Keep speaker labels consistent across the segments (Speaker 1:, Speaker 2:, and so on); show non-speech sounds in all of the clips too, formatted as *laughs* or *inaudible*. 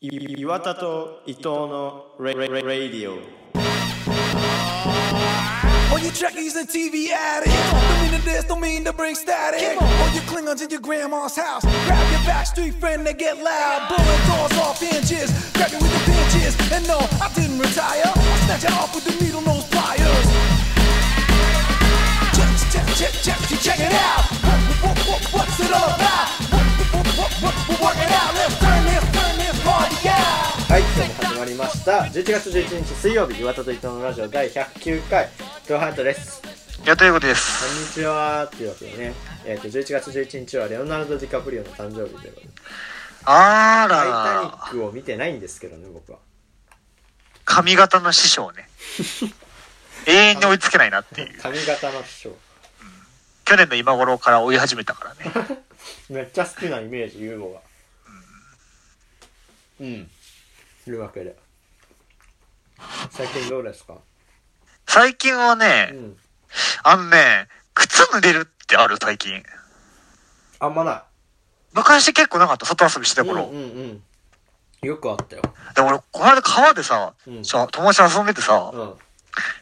Speaker 1: い岩田と伊藤のレレレレディオ
Speaker 2: All you trekkies and TV addicts Don't mean to this, don't mean to bring static All you Klingons in your grandma's house Grab your backstreet friend, they get loud Blowing doors off inches Grab you with the pinches And no, I didn't retire I snatch it off with the needle nose pliers Check, check, check, check, check, check it out what, what, what, What's it all about? What, what, what, what, we're working out Let's turn this, turn this party out
Speaker 3: はい、今日も始まりました。11月11日水曜日、岩田と伊藤のラジオ第109回、トハートです。
Speaker 4: やということで
Speaker 3: こん
Speaker 4: す。
Speaker 3: にちはっていうわけでね、えっ、と、11月11日はレオナルド・ディカプリオの誕生日ということで、
Speaker 4: あ
Speaker 3: タイタニ
Speaker 4: ら、
Speaker 3: ックを見てないんですけどね、僕は。
Speaker 4: 髪型の師匠
Speaker 3: *laughs*
Speaker 4: ね。永遠に追いつけないなっていう。
Speaker 3: 髪型の師匠。
Speaker 4: 去年の今頃から追い始めたからね。
Speaker 3: めっちゃ好きなイメージ、ユーゴが。うん。というわけで。最近どうですか
Speaker 4: 最近はね
Speaker 3: う、ん。
Speaker 4: あのね、靴濡れるってある最近。
Speaker 3: あんまな
Speaker 4: 昔結構なかった、外遊びして
Speaker 3: い。
Speaker 4: た頃。
Speaker 3: うんうんうん。よくあったよ。
Speaker 4: で、俺、この間川でさ、
Speaker 3: うん
Speaker 4: ちょ友達と遊んでてさ、
Speaker 3: うん。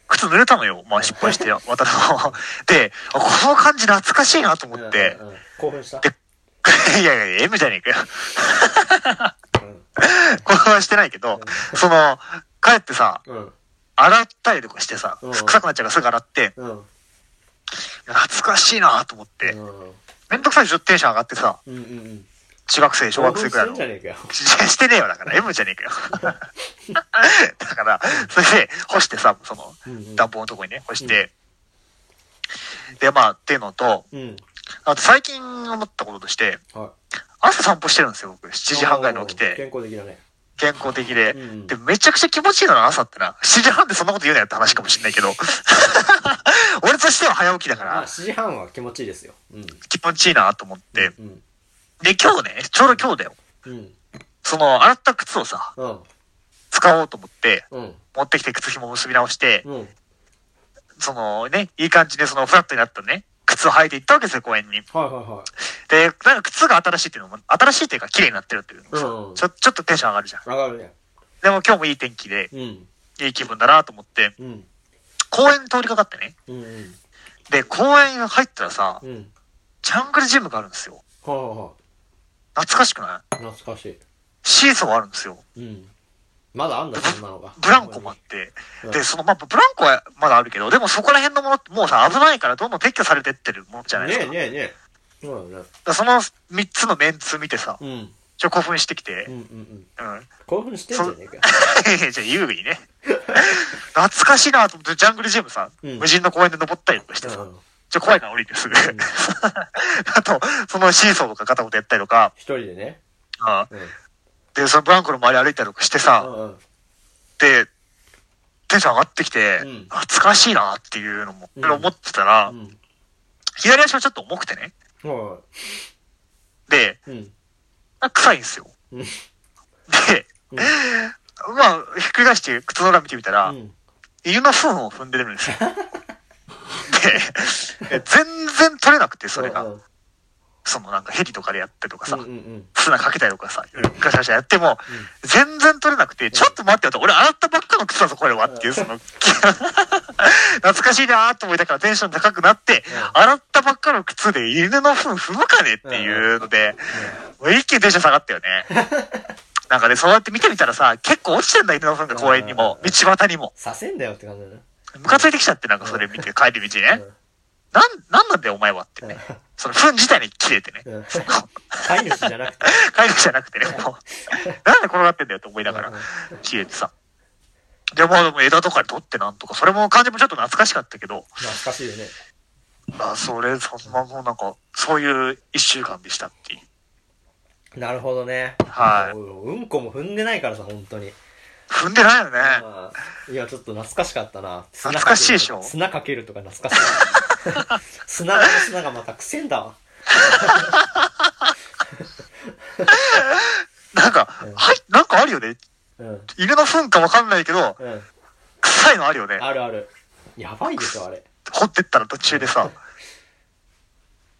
Speaker 3: 靴
Speaker 4: 靴濡れたのよ。まあ失敗
Speaker 3: *laughs*
Speaker 4: して、渡るの。で、あこの感じ懐かしいなと思って、
Speaker 3: 興奮した。
Speaker 4: *laughs* いやいや、M じゃねえかよ。
Speaker 3: うん。
Speaker 4: これはしてないけど、その、帰ってさ、
Speaker 3: うん。
Speaker 4: 洗ったりとかしてさ、
Speaker 3: うん
Speaker 4: 臭くなっちゃうからすぐ洗って、
Speaker 3: うん。
Speaker 4: 懐かしいなと思って、
Speaker 3: うん
Speaker 4: めんどくさいでしょテンション上がってさ、
Speaker 3: うんうん。
Speaker 4: 中学生、小学生くらい
Speaker 3: 興奮してん
Speaker 4: の。
Speaker 3: じゃねえかよ。
Speaker 4: ししてねえよ、だから、M じゃねえ
Speaker 3: *laughs*
Speaker 4: かよ。だから、それで、干してさ、その
Speaker 3: うんうん、
Speaker 4: 暖房のとこにね、干して、で、まあ、っていうのと、
Speaker 3: うん。
Speaker 4: あと最近思ったこととして、
Speaker 3: は
Speaker 4: 朝散歩してるんですよ、僕。
Speaker 3: い。
Speaker 4: 7時半ぐらいに起きて、
Speaker 3: 健康的だね。
Speaker 4: 健康的で
Speaker 3: うんう。ん
Speaker 4: で、めちゃくちゃ気持ちいいのな、朝ってな。7時半でそんなこと言うなよって話かもしんない
Speaker 3: *laughs*
Speaker 4: けど。俺としては早起きだか
Speaker 3: あ、
Speaker 4: ら、
Speaker 3: 7時半は気持ちいいですよ。うん。
Speaker 4: 気持ちいいなと思って。
Speaker 3: うん。
Speaker 4: で、今日ね、ちょうど今日だよ。
Speaker 3: うん。
Speaker 4: その、洗った靴をさ、
Speaker 3: うん。
Speaker 4: 使おうと思って、
Speaker 3: うん。
Speaker 4: 持ってきて靴紐を結び直して、
Speaker 3: うん。
Speaker 4: そのね、いい感じでそのフラットになったね、靴を履いていったわけですよ、公園に。
Speaker 3: はいは
Speaker 4: で、なんか靴が新しいっていうのも、新しいっていうか綺麗になってるっていうのもさ、
Speaker 3: うん
Speaker 4: ちょ、ちょっとテンション上がるじゃん。
Speaker 3: いはい。上がるね。
Speaker 4: でも今日もいい天気で、
Speaker 3: うん。
Speaker 4: いい気分だなと思って、
Speaker 3: うん。
Speaker 4: 公園通りかかってね。
Speaker 3: うんうん。
Speaker 4: で、公園入ったらさ
Speaker 3: う、ん。
Speaker 4: ジャングルジムがあるんですよ。
Speaker 3: はいは
Speaker 4: 懐かしくない
Speaker 3: いはい。懐かし
Speaker 4: シーソーあるんですよ。
Speaker 3: い。うん。まだあんだ、そんなのが。
Speaker 4: ブランコもあって
Speaker 3: うん。
Speaker 4: で、その、まあ、ブランコはまだあるけど、でもそこら辺のものってもうさ、危ないからどんどん撤去されてってるものじゃない
Speaker 3: ね
Speaker 4: ですか。
Speaker 3: えねえねえ。そうだよね。
Speaker 4: だからその3つのメンツ見てさ、
Speaker 3: うん。
Speaker 4: ちょ、興奮してきて
Speaker 3: うんう、んうん。
Speaker 4: うん。 *laughs*
Speaker 3: 興奮してんじゃねえかよ。
Speaker 4: じゃあ優にね。懐かしいなと思って、ジャングルジムさ、
Speaker 3: うん
Speaker 4: 無人の公園で登ったりとかして
Speaker 3: う
Speaker 4: さ、
Speaker 3: ん
Speaker 4: ちょ、怖いから降りてすぐ。 *laughs* あと、そのシーソーとか片言やったりとか、
Speaker 3: 一人でね。
Speaker 4: あ
Speaker 3: うん。
Speaker 4: で、そのブランコの周り歩いたりとかして
Speaker 3: う
Speaker 4: さ、
Speaker 3: んうん。
Speaker 4: で、テンション上がってきて
Speaker 3: うん、
Speaker 4: 懐かしいなっていうのも、
Speaker 3: うん
Speaker 4: 思ってたら
Speaker 3: う、ん。
Speaker 4: 左足はちょっと重くてね。
Speaker 3: は
Speaker 4: で、
Speaker 3: い。うん。
Speaker 4: 臭いんですよ。
Speaker 3: うん
Speaker 4: で、まあ、ひっくり返して靴の裏見てみたら、
Speaker 3: うん。
Speaker 4: 犬の糞を踏んでる
Speaker 3: *laughs*
Speaker 4: んですよ。で、え全然取れなくて、それ
Speaker 3: う
Speaker 4: が。
Speaker 3: ん
Speaker 4: そのなんかヘリとかでやったりとかさ
Speaker 3: うんう、んうん。
Speaker 4: 砂かけたりとかさ、ガシャガシャやっても、全然取れなくて、ちょっと待ってよと、俺洗ったばっかの靴だぞ、これはっていう、その、 *laughs* 懐かしいなーと思いながらテンション高くなって、洗ったばっかの靴で犬の糞踏むかねっていうので、もう一気にテンション下が *laughs* ったよね。なんかね、そうやって見てみたらさ、結構落ちてんだ、犬の糞が公園にも
Speaker 3: う、ん
Speaker 4: 道端にも。
Speaker 3: させんだよって感じだね。
Speaker 4: ムカついてきちゃって、なんかそれ見て、帰り道ね。なん、なんなんだよ、お前はってね。その、糞自体に切れてね。
Speaker 3: うん。飼い主じゃなくて。
Speaker 4: 帰りじゃなくてね、もう。なんで転がってんだよって思いながら
Speaker 3: うん、
Speaker 4: 切れてさ。で、まあでも枝とかで取ってなんとか、それも感じもちょっと懐かしかったけど、
Speaker 3: 懐かしいよね。
Speaker 4: まあそれ、そんなもうなんか、そういう一週間でしたっていう。
Speaker 3: なるほどね。
Speaker 4: はい
Speaker 3: うんこも踏んでないからさ、本当に。
Speaker 4: 踏んでないよね。
Speaker 3: ああいや、ちょっと懐かしかったな。砂
Speaker 4: 懐かしいでしょ
Speaker 3: 砂かけるとか懐かしい。 *laughs* 砂場の砂がまた癖んだわ。
Speaker 4: なんか、はい、なんかあるよね。
Speaker 3: うん。うん。
Speaker 4: 犬の糞かわかんないけど、臭いのあるよね。
Speaker 3: あるある。やばいでしょ、あれ。
Speaker 4: 掘ってったら途中でさ、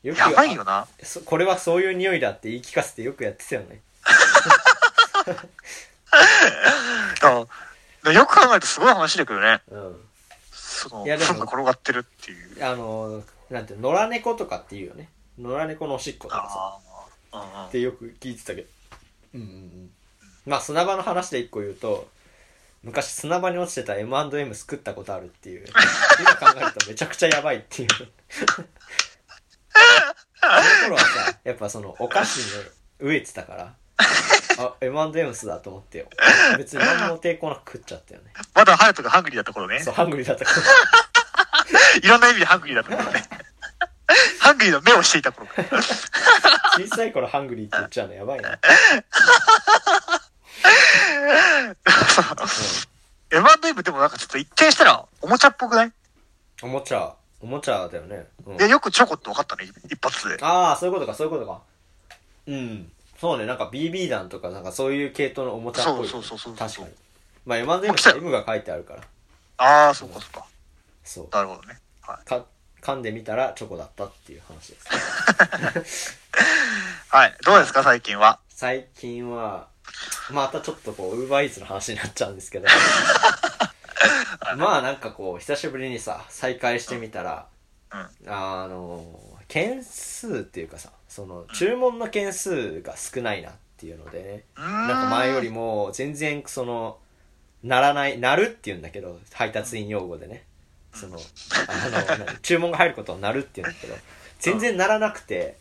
Speaker 3: よ
Speaker 4: やばいよな。
Speaker 3: そこれはそういう匂いだって言い聞かせてよくやってたよね。
Speaker 4: やよく考えるとすごい話だけどね。
Speaker 3: うん。
Speaker 4: その、
Speaker 3: いやでも
Speaker 4: 糞が転がってるっていう。
Speaker 3: あのー、なんて、野良猫とかって言うよね。野良猫のおしっことかさ。
Speaker 4: ああ、うん
Speaker 3: ってよく聞いてたけど。うんうんうん。まあ、砂場の話で一個言うと、昔砂場に落ちてた M&M すくったことあるっていう。今考えるとめちゃくちゃやばいっていう。その頃はさ、やっぱそのお菓子に飢えてたから、あ、M&M スだと思ってよ。別に何も抵抗なく食っちゃったよね。
Speaker 4: まだハヤトがハングリーだった頃ね
Speaker 3: そ。う、ハングリーだったから。
Speaker 4: *laughs* いろんな意味でハングリーだっ
Speaker 3: *laughs*
Speaker 4: た頃ね。ハングリーの目をしていた頃。
Speaker 3: 小さい頃ハングリーって言っちゃうのやばいな。
Speaker 4: エヴァンドイブでもなんかちょっと一見したらおもちゃっぽくない
Speaker 3: おもちゃ、おもちゃだよね。うん
Speaker 4: で、よくチョコって分かったね、一発で。
Speaker 3: ああ、そういうことか、そういうことか。うん。そうね、なんか BB 弾とか、なんかそういう系統のおもちゃっぽいよね。
Speaker 4: そうそうそうそう
Speaker 3: 確かに。まあ、エマンデムは M が書いてあるから。
Speaker 4: ああ、そうかそうか。
Speaker 3: そう。
Speaker 4: なるほどね。はい。
Speaker 3: か、噛んでみたらチョコだったっていう話です。
Speaker 4: はい。どうですか、最近は。
Speaker 3: 最近は、またちょっとこう、ウーバーイーツの話になっちゃうんですけど。まあなんかこう、久しぶりにさ、再開してみたら、あの、件数っていうかさ、その、注文の件数が少ないなっていうのでね。
Speaker 4: うー
Speaker 3: なんか前よりも全然そのならないなるって言うんだけど配達員用語でねそのあの何注文が入ることをなるって言うんだけど全然ならなくて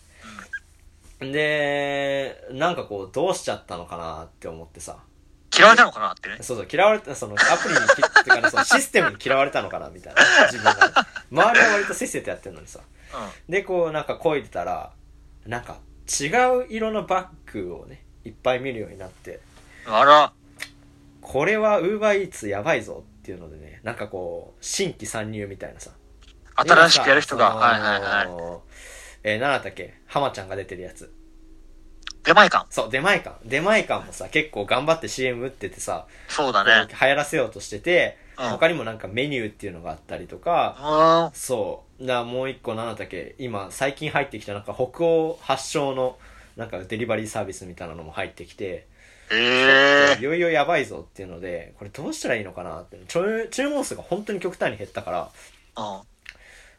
Speaker 3: でなんかこうどうしちゃったのかなって思ってさ
Speaker 4: 嫌われたのかなってね。
Speaker 3: そうそう嫌われたそのアプリにきってかねそのシステムに嫌われたのかなみたいな自分が周りは割とせっせとやってるのにさ
Speaker 4: うん。
Speaker 3: でこうなんか漕いでたらなんか違う色のバッグをねいっぱい見るようになって
Speaker 4: あら、
Speaker 3: これは UberEats やばいぞっていうのでねなんかこう新規参入みたいなさ
Speaker 4: 新しくやる人が。
Speaker 3: 今さ
Speaker 4: はいはい
Speaker 3: あ
Speaker 4: はい。
Speaker 3: のえー、何だったっけ浜ちゃんが出てるやつ
Speaker 4: 出前感。
Speaker 3: そう出前館出前館もさ結構頑張って CM 打っててさ、
Speaker 4: そうだ
Speaker 3: こう
Speaker 4: ね。
Speaker 3: 流行らせようとしてて、
Speaker 4: うん
Speaker 3: 他にもなんかメニューっていうのがあったりとか、
Speaker 4: うーん。
Speaker 3: そう。だからもう一個何だったっけ今、最近入ってきたなんか北欧発祥のなんかデリバリーサービスみたいなのも入ってきて、
Speaker 4: え
Speaker 3: いよいよやばいぞっていうので、これどうしたらいいのかなって。注注文数が本当に極端に減ったから、
Speaker 4: えうん。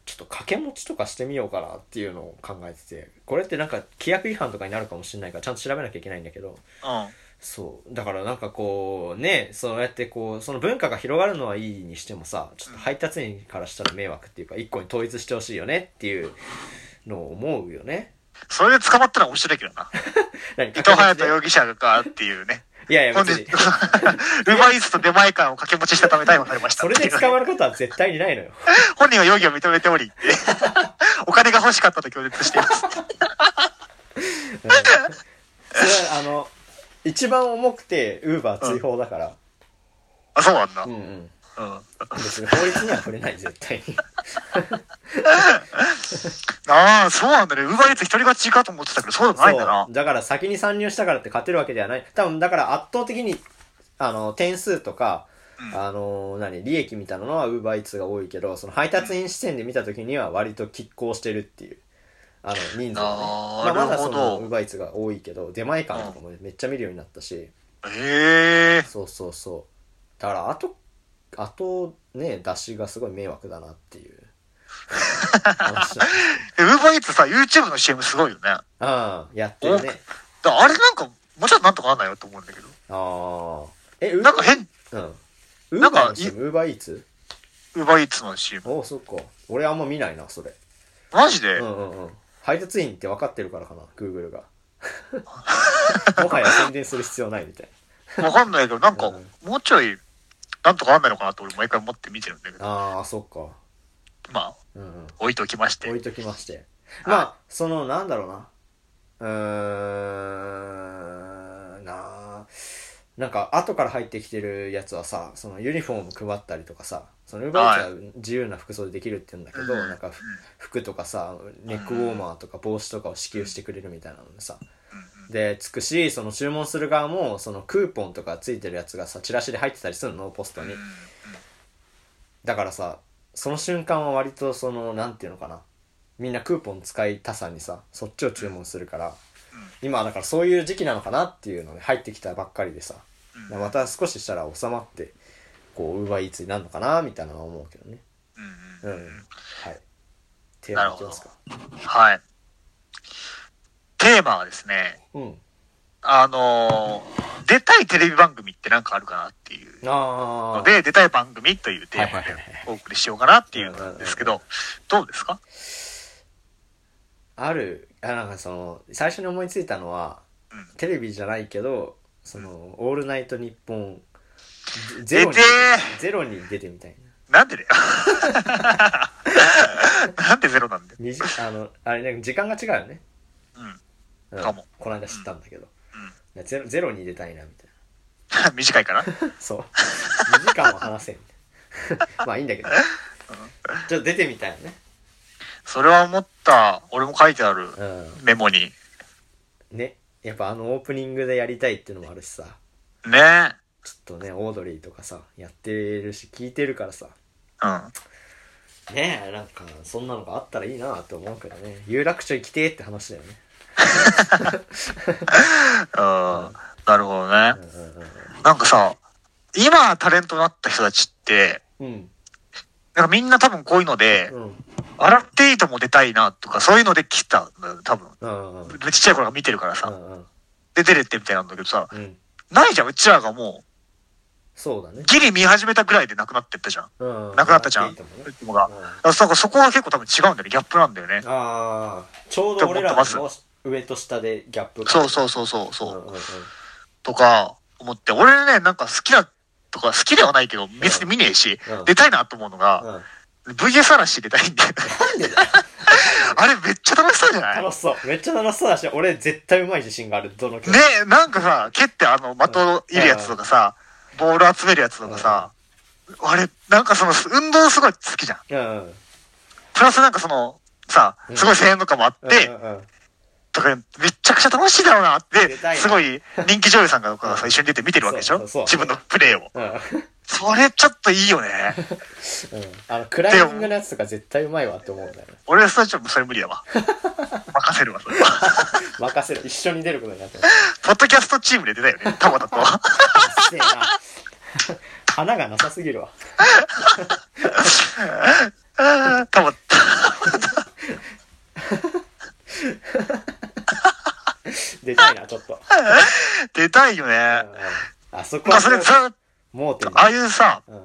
Speaker 3: ちょっと掛け持ちとかしてみようかなっていうのを考えてて、これってなんか規約違反とかになるかもしれないからちゃんと調べなきゃいけないんだけど、
Speaker 4: うん。
Speaker 3: そう。だからなんかこう、ね、そうやってこう、その文化が広がるのはいいにしてもさ、ちょっと配達員からしたら迷惑っていうか、一個に統一してほしいよねっていうのを思うよね。
Speaker 4: それで捕まったら面白いけどな。
Speaker 3: 何
Speaker 4: 伊藤隼人
Speaker 3: よ。
Speaker 4: 容疑者がっていうね。
Speaker 3: いやいや、
Speaker 4: 本
Speaker 3: 別 *laughs* に
Speaker 4: 日、ウ。ーバーイーツと出前感を掛け持ちしたため逮捕されました
Speaker 3: そ
Speaker 4: って
Speaker 3: れ
Speaker 4: いうね。
Speaker 3: で捕まることは絶対にないのよ。
Speaker 4: *laughs* 本人は容疑を認めており、 *laughs* ってお金が欲しかったと供述しています。
Speaker 3: それはあの、一番重くて、ウーバー追放だから。
Speaker 4: あ、そうなんだ。う
Speaker 3: うん
Speaker 4: ん。
Speaker 3: うん。
Speaker 4: あ
Speaker 3: 別に法律には触れない、絶対に。
Speaker 4: あ、そうなんだね。ウーバーイーツ一人勝ちかと思ってたけど、そうでもないんだな
Speaker 3: そう。。だから先に参入したからって勝てるわけではない。多分だから圧倒的に、あの、点数とか、あの、何、利益みたいなのは UberEats が多いけど、その配達員視点で見た時には割と拮抗してるっていう。あの、人数がね。
Speaker 4: あ
Speaker 3: ま
Speaker 4: ー
Speaker 3: あ、まだ
Speaker 4: なるほ
Speaker 3: そ
Speaker 4: ど
Speaker 3: の UberEats が多いけど、出前館とかもめっちゃ見るようになったし、
Speaker 4: ええ
Speaker 3: そうそうそう。だから、あと、あとね、出しがすごい迷惑だなっていう。
Speaker 4: *laughs*
Speaker 3: 話だ
Speaker 4: ウーバーイーツさ、YouTube の CM すごいよね。だ
Speaker 3: うん、やってるね。
Speaker 4: あれなんか、もうちょっとなんとかなんないよと思うんだけど。
Speaker 3: ああ。え、ウ
Speaker 4: なんか変、
Speaker 3: うん。ウ
Speaker 4: な
Speaker 3: ー
Speaker 4: んか
Speaker 3: バーの CM、ウーバーイーツ
Speaker 4: ウーバーイーツの CM。
Speaker 3: おお、そっか。俺あんま見ないな、それ。
Speaker 4: マジで、
Speaker 3: うんうんうん。配達員って分かってるからかな、Google
Speaker 4: *laughs*
Speaker 3: が。もはや宣伝する必要ないみたい
Speaker 4: わかんないけど、なんか、
Speaker 3: うん
Speaker 4: もうちょい、なんとかなんないのかなと俺毎回思って見てるんだけど
Speaker 3: な。。ああ、そっか。
Speaker 4: まあ、
Speaker 3: うんうん。
Speaker 4: 置いときまして。
Speaker 3: 置いときまして。まあ、その、なんだろうな。うーん、なあ。なんか、後から入ってきてるやつはさ、そのユニフォーム配ったりとかさ、そのウーバーイーツは自由な服装でできるって言うんだけど、
Speaker 4: うん
Speaker 3: なんかふ服とかさ、ネックウォーマーとか帽子とかを支給してくれるみたいなのでさ。で、つくし、その注文する側も、そのクーポンとかついてるやつがさ、チラシで入ってたりするの、ポストに。だからさその瞬間は割とそのなんていうのかなみんなクーポン使いたさにさそっちを注文するから、今はだからそういう時期なのかなっていうので入ってきたばっかりでさ、また少ししたら収まってこう、ウーバーイーツになるのかなみたいなのは思うけどね。
Speaker 4: うんうん
Speaker 3: うん。はい。提案いきますか。
Speaker 4: はい。テーマはですね、
Speaker 3: うん。
Speaker 4: あのー出たいテレビ番組ってなんかあるかなっていう
Speaker 3: あ
Speaker 4: の
Speaker 3: あ。
Speaker 4: で、出たい番組というテーマ
Speaker 3: はい
Speaker 4: で
Speaker 3: はいはいはい
Speaker 4: お送りしようかなっていうんですけど、どうですか
Speaker 3: ある、あなんかその、最初に思いついたのは、
Speaker 4: うん
Speaker 3: テレビじゃないけど、その、オールナイトニッポン、ゼゼ
Speaker 4: 出
Speaker 3: ロに、ゼ
Speaker 4: て
Speaker 3: ロに出てみたいな。
Speaker 4: なんでだよ。 *laughs* なんでゼロなんだよ。 *laughs*
Speaker 3: にじあの、あれね、時間が違うよね。
Speaker 4: うん。
Speaker 3: うん
Speaker 4: かも
Speaker 3: この間知ったんだけど。
Speaker 4: うん
Speaker 3: ゼロゼロに出たいな、みたい
Speaker 4: 短いから。
Speaker 3: な。そう。2時間は話せん。 *laughs* まあいいんだけど。ちょっと出てみたいよね。
Speaker 4: それは思った、俺も書いてある
Speaker 3: う
Speaker 4: メモに。
Speaker 3: ん。ね。やっぱあのオープニングでやりたいっていうのもあるしさ。
Speaker 4: ね
Speaker 3: ちょっとね、オードリーとかさ、やってるし、聞いてるからさ。
Speaker 4: うん。
Speaker 3: ねえ、なんか、そんなのがあったらいいなって思うけどね。有楽町行きてーって話だよね。
Speaker 4: あーなるほどね
Speaker 3: う。んうん
Speaker 4: なんかさ、今タレントになった人たちって、
Speaker 3: うん。
Speaker 4: なんかみんな多分こういうので
Speaker 3: う、ん。うん
Speaker 4: 洗っていいとも出たいなとか、そういうので来たんだよ、多分。
Speaker 3: うんうん。うん
Speaker 4: ちっちゃい頃が見てるからさ、
Speaker 3: うん
Speaker 4: で出れてみたいなんだけどさ、
Speaker 3: うん。
Speaker 4: ないじゃん、うちらがも
Speaker 3: そうだね
Speaker 4: う、。ギリ見始めたぐらいでなくなってったじゃん。
Speaker 3: うん。
Speaker 4: なくなったじゃん。
Speaker 3: いいと思うね
Speaker 4: のが。だ
Speaker 3: う
Speaker 4: か
Speaker 3: ん
Speaker 4: らなんかそこは結構多分違うんだよね、ギャップなんだよね。
Speaker 3: ああ、ちょうど俺ら
Speaker 4: と思
Speaker 3: の上と下でギャップが
Speaker 4: そうそうそうそうそう、
Speaker 3: うんうんう
Speaker 4: とか、思って、俺ね、なんか好きな、とか好きではないけど、別に見ねえし、
Speaker 3: うん
Speaker 4: 出たいなと思うのが、
Speaker 3: ん。うん。
Speaker 4: VS 嵐出たいんだよ
Speaker 3: *laughs*
Speaker 4: ね。あれめっちゃ楽しそうじゃない
Speaker 3: 楽しそう。めっちゃ楽しそうだし、俺絶対うまい自信がある。どの曲
Speaker 4: ねえ、なんかさ、蹴ってあの、的いるやつとかさ、ボール集めるやつとかさ、あれ、なんかその、運動すごい好きじゃん。
Speaker 3: うんうん。
Speaker 4: プラスなんかその、さ、
Speaker 3: うん
Speaker 4: すごい声援とかもあって、
Speaker 3: うんうんうん
Speaker 4: とか、めちゃくちゃ楽しいだろうなっ
Speaker 3: 出
Speaker 4: て
Speaker 3: たい、な
Speaker 4: すごい人気女優さんがとか
Speaker 3: う
Speaker 4: さ、
Speaker 3: ん
Speaker 4: 一緒に出て見てるわけでしょ
Speaker 3: そうそう
Speaker 4: 自分のプレーを。
Speaker 3: うん。
Speaker 4: それちょっとい
Speaker 3: *laughs*
Speaker 4: いよね。
Speaker 3: うんあの、クライミングのやつとか絶対うまいわって思うんだよね。
Speaker 4: 俺はスタジオもそれ無理
Speaker 3: *laughs*
Speaker 4: だわ。任せるわ、それは。 *laughs*
Speaker 3: 任せる。一緒に出ることになってる。
Speaker 4: ポッドキャストチームで出たよね、たまだと。
Speaker 3: *laughs* せえな。花がなさすぎるわ。
Speaker 4: たま、
Speaker 3: 出たいな、ちょっと。
Speaker 4: 出たいよね。
Speaker 3: うんあそこ
Speaker 4: なん
Speaker 3: は
Speaker 4: かそれずっ
Speaker 3: 盲点
Speaker 4: と、
Speaker 3: だ
Speaker 4: ああいうさ、
Speaker 3: うん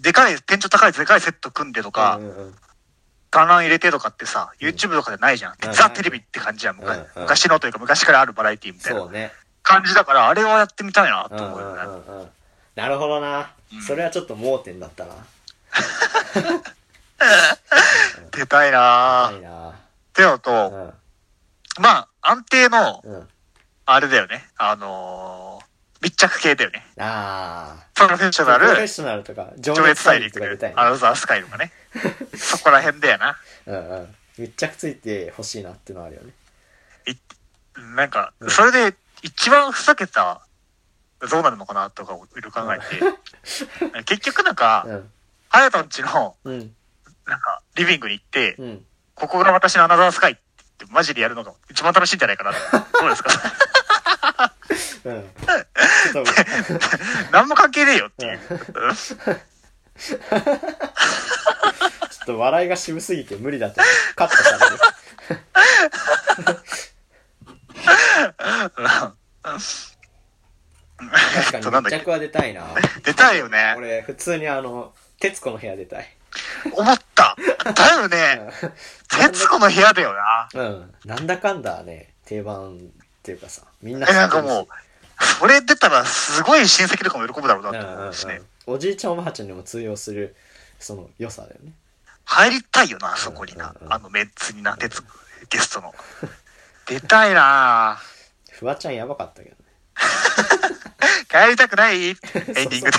Speaker 4: でかい、天井高いでかいセット組んでとか
Speaker 3: う、んうん
Speaker 4: 観覧入れてとかってさ、YouTube とかじゃないじゃん。
Speaker 3: うん
Speaker 4: ザ・テレビって感じじゃん、昔
Speaker 3: うんうん
Speaker 4: 昔のというか昔からあるバラエティみたい
Speaker 3: そ
Speaker 4: な
Speaker 3: うね。
Speaker 4: 感じだから、あれはやってみたいな
Speaker 3: うんう
Speaker 4: と
Speaker 3: ん
Speaker 4: 思う
Speaker 3: う
Speaker 4: よね。
Speaker 3: んうん。なるほどな。それはちょっと盲点だったな。
Speaker 4: 出たいな
Speaker 3: な
Speaker 4: ぁ。っ
Speaker 3: いな。
Speaker 4: ての
Speaker 3: う
Speaker 4: と、
Speaker 3: ん
Speaker 4: まあ、安定の、
Speaker 3: うん。
Speaker 4: あれだよね。あのー、密着系だよね。
Speaker 3: ああ。
Speaker 4: プロフェッショ
Speaker 3: プロ
Speaker 4: ナ
Speaker 3: フェッ
Speaker 4: ル、
Speaker 3: ショナルとか、情
Speaker 4: 情熱大陸
Speaker 3: とか出たい、
Speaker 4: ア
Speaker 3: な。
Speaker 4: ナザースカイとか
Speaker 3: *laughs*
Speaker 4: ね。そこら辺だよな。
Speaker 3: うんうん。密着ついてほしいなっていうのはあるよね。
Speaker 4: なんか、それで一番ふざけた、どうなるのかなとかをいろいろ考え
Speaker 3: *laughs*
Speaker 4: て、結局なんか、ハヤトんちの、
Speaker 3: うん。うん。
Speaker 4: なんか、リビングに行って、
Speaker 3: うん。
Speaker 4: *laughs* ここが私のアナザースカイって言って、マジでやるのが一番楽しいんじゃないかなって。どうですか
Speaker 3: *laughs* うん。ちょっと
Speaker 4: 何も関係ねえよっていう。
Speaker 3: ちょっと笑いが渋すぎて無理だと思うカットされる。
Speaker 4: *laughs* えっ
Speaker 3: 確
Speaker 4: と、
Speaker 3: か
Speaker 4: なん
Speaker 3: に密
Speaker 4: だっ
Speaker 3: 着は出たいな。
Speaker 4: け。出たいよね。
Speaker 3: 俺、普通にあの、徹子の部屋出たい。
Speaker 4: 思った。だよね。徹子の部屋だよ
Speaker 3: う
Speaker 4: な。
Speaker 3: ん。なんだかんだね、定番っていうかさ、みんな *laughs*
Speaker 4: え、なんかもう、それ出たらすごい親戚とかも喜ぶだろうな
Speaker 3: うん
Speaker 4: と
Speaker 3: う
Speaker 4: 思
Speaker 3: んう
Speaker 4: うんしね。
Speaker 3: おじいちゃんおばあちゃんにも通用する、その良さだよね。
Speaker 4: 入りたいよな、あそこにな
Speaker 3: うん。うんうん
Speaker 4: あのメッツにな、徹子、ゲストの。出たいな
Speaker 3: フワちゃんやばかったけどね。
Speaker 4: 帰りたくないエンディングで。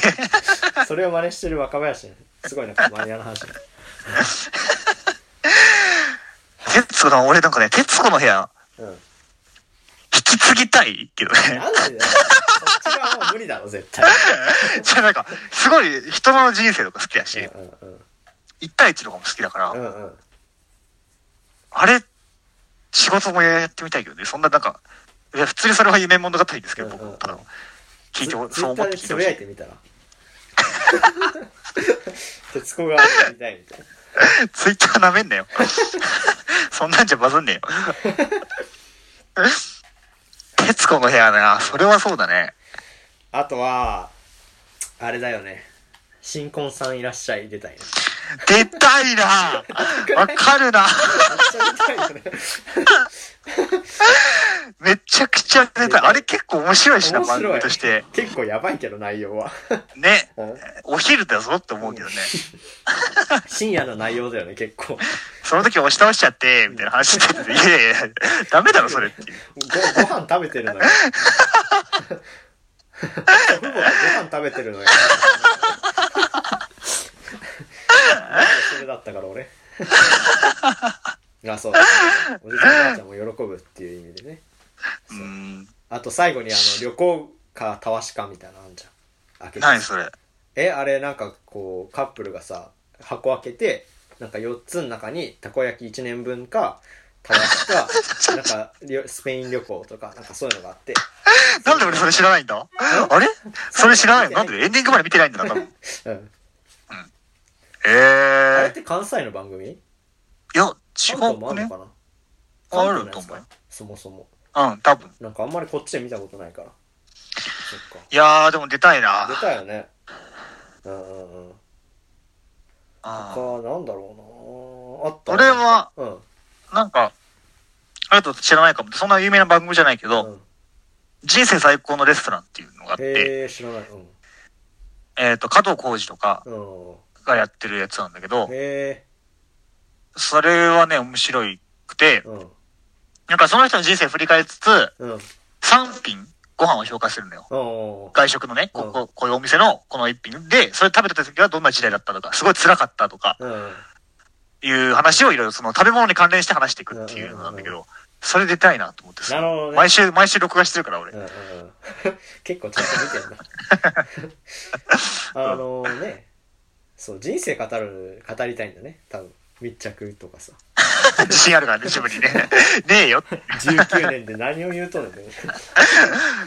Speaker 3: それを真似してる若林ね。すごいなんかマニアの話だ。
Speaker 4: *laughs* 徹子の、俺なんかね、徹子の部屋、
Speaker 3: うん。
Speaker 4: 引き継ぎたいけどね。 *laughs*
Speaker 3: なんでだよ。そっち側もう無理だろ、絶対。
Speaker 4: じゃあなんか、すごい人の人生とか好きだし、
Speaker 3: うんうん
Speaker 4: 一対一とかも好きだから、
Speaker 3: うん。うんうん。
Speaker 4: あれ、仕事もやってみたいけどね、そんななんか、いや普通にそれは夢物語ですけど、
Speaker 3: うんうん
Speaker 4: 僕、ただ、聞いてほ、
Speaker 3: ツイ
Speaker 4: そう
Speaker 3: ッタ
Speaker 4: 思っ
Speaker 3: ーで
Speaker 4: て聞いて
Speaker 3: つ
Speaker 4: ほ
Speaker 3: ぶ
Speaker 4: し
Speaker 3: や
Speaker 4: い
Speaker 3: い。てみたら。 *laughs* 徹子がやりたいみたいな。
Speaker 4: ツイッターな
Speaker 3: *laughs*
Speaker 4: めんなよ。そんなんじゃバズんねえよ。徹子の部屋な、それはそうだね。
Speaker 3: あとは、あれだよね。新婚さんいらっしゃい出たいね。
Speaker 4: 出たいな
Speaker 3: *laughs*
Speaker 4: わかるな
Speaker 3: めっちゃ出たいよね。
Speaker 4: めちゃくちゃ出たい。あれ結構面白いしな、
Speaker 3: 面
Speaker 4: 番
Speaker 3: 白
Speaker 4: 組
Speaker 3: い
Speaker 4: として。。
Speaker 3: 結構やばいけど内容は。
Speaker 4: ね。
Speaker 3: うん
Speaker 4: お昼だぞって思うけどね。
Speaker 3: 深夜の内容だよね、結構。ご
Speaker 4: その時押し倒しちゃって、みたいな話してて、いやいやいや、ダメだろ、それっていう。
Speaker 3: ご飯食べてるのよ。祖父母がご飯食べてるのよ。それだったから俺。 *laughs* あ、そう。おじいちゃんおばあちゃんも喜ぶっていう意味でね。
Speaker 4: うん。
Speaker 3: あと最後にあの旅行かたわしかみたいなのあんじゃん。開けて
Speaker 4: 何それ。
Speaker 3: えあれなんかこうカップルがさ箱開けてなんか4つの中にたこ焼き1年分かたわし
Speaker 4: *laughs*
Speaker 3: かなんかりょスペイン旅行とかなんかそういうのがあって
Speaker 4: *laughs* なんで俺それ知らないんだあれそれ知らないのなんでエンディングまで見てないんだな、
Speaker 3: *laughs*
Speaker 4: 多分。
Speaker 3: うん
Speaker 4: え
Speaker 3: あれっ
Speaker 4: え
Speaker 3: て関西の番組
Speaker 4: いや、
Speaker 3: 関
Speaker 4: 違
Speaker 3: 東
Speaker 4: う
Speaker 3: もある
Speaker 4: ね
Speaker 3: の。かな
Speaker 4: あると思
Speaker 3: 関
Speaker 4: うよ
Speaker 3: 東のやつかそもそも
Speaker 4: うん、多分。
Speaker 3: なんかあんまりこっちで見たことないからそっ
Speaker 4: いやー、でも出たい
Speaker 3: か
Speaker 4: な
Speaker 3: 出。たよねうんうんうん
Speaker 4: うん
Speaker 3: 他なんだろうなあった
Speaker 4: 俺は、
Speaker 3: うん
Speaker 4: なんか、あると知らないかも。そんな有名な番組じゃないけ
Speaker 3: う
Speaker 4: ど、
Speaker 3: ん
Speaker 4: 人生最高のレストランっていうのがあって、
Speaker 3: へえ知らないうん
Speaker 4: えっと、加藤浩次とか
Speaker 3: うん
Speaker 4: がやってるやつなんだけ
Speaker 3: へ、
Speaker 4: ど
Speaker 3: え
Speaker 4: それはね、面白くて、
Speaker 3: うん
Speaker 4: なんかその人の人生振り返りつつ、
Speaker 3: うん
Speaker 4: 3品ご飯を評価するのよ。
Speaker 3: うん
Speaker 4: 外食のね、こここういうお店のこの一品で、それ食べた時はどんな時代だったとか、すごい辛かったとか、
Speaker 3: うん
Speaker 4: いう話をいろいろその食べ物に関連して話していくっていうのなんだけど、それ出たいなと思ってさ
Speaker 3: なるほどね
Speaker 4: 毎週、毎週録画してるから俺
Speaker 3: *laughs* う。んうんうん結構ちゃんと見てんだ
Speaker 4: *laughs*
Speaker 3: あのねそう人生語る語りたいんだね多分密着とかさ
Speaker 4: 自信あるからね、自分にね。 *laughs* ねえよ。
Speaker 3: 19年で何を言うとんねんね、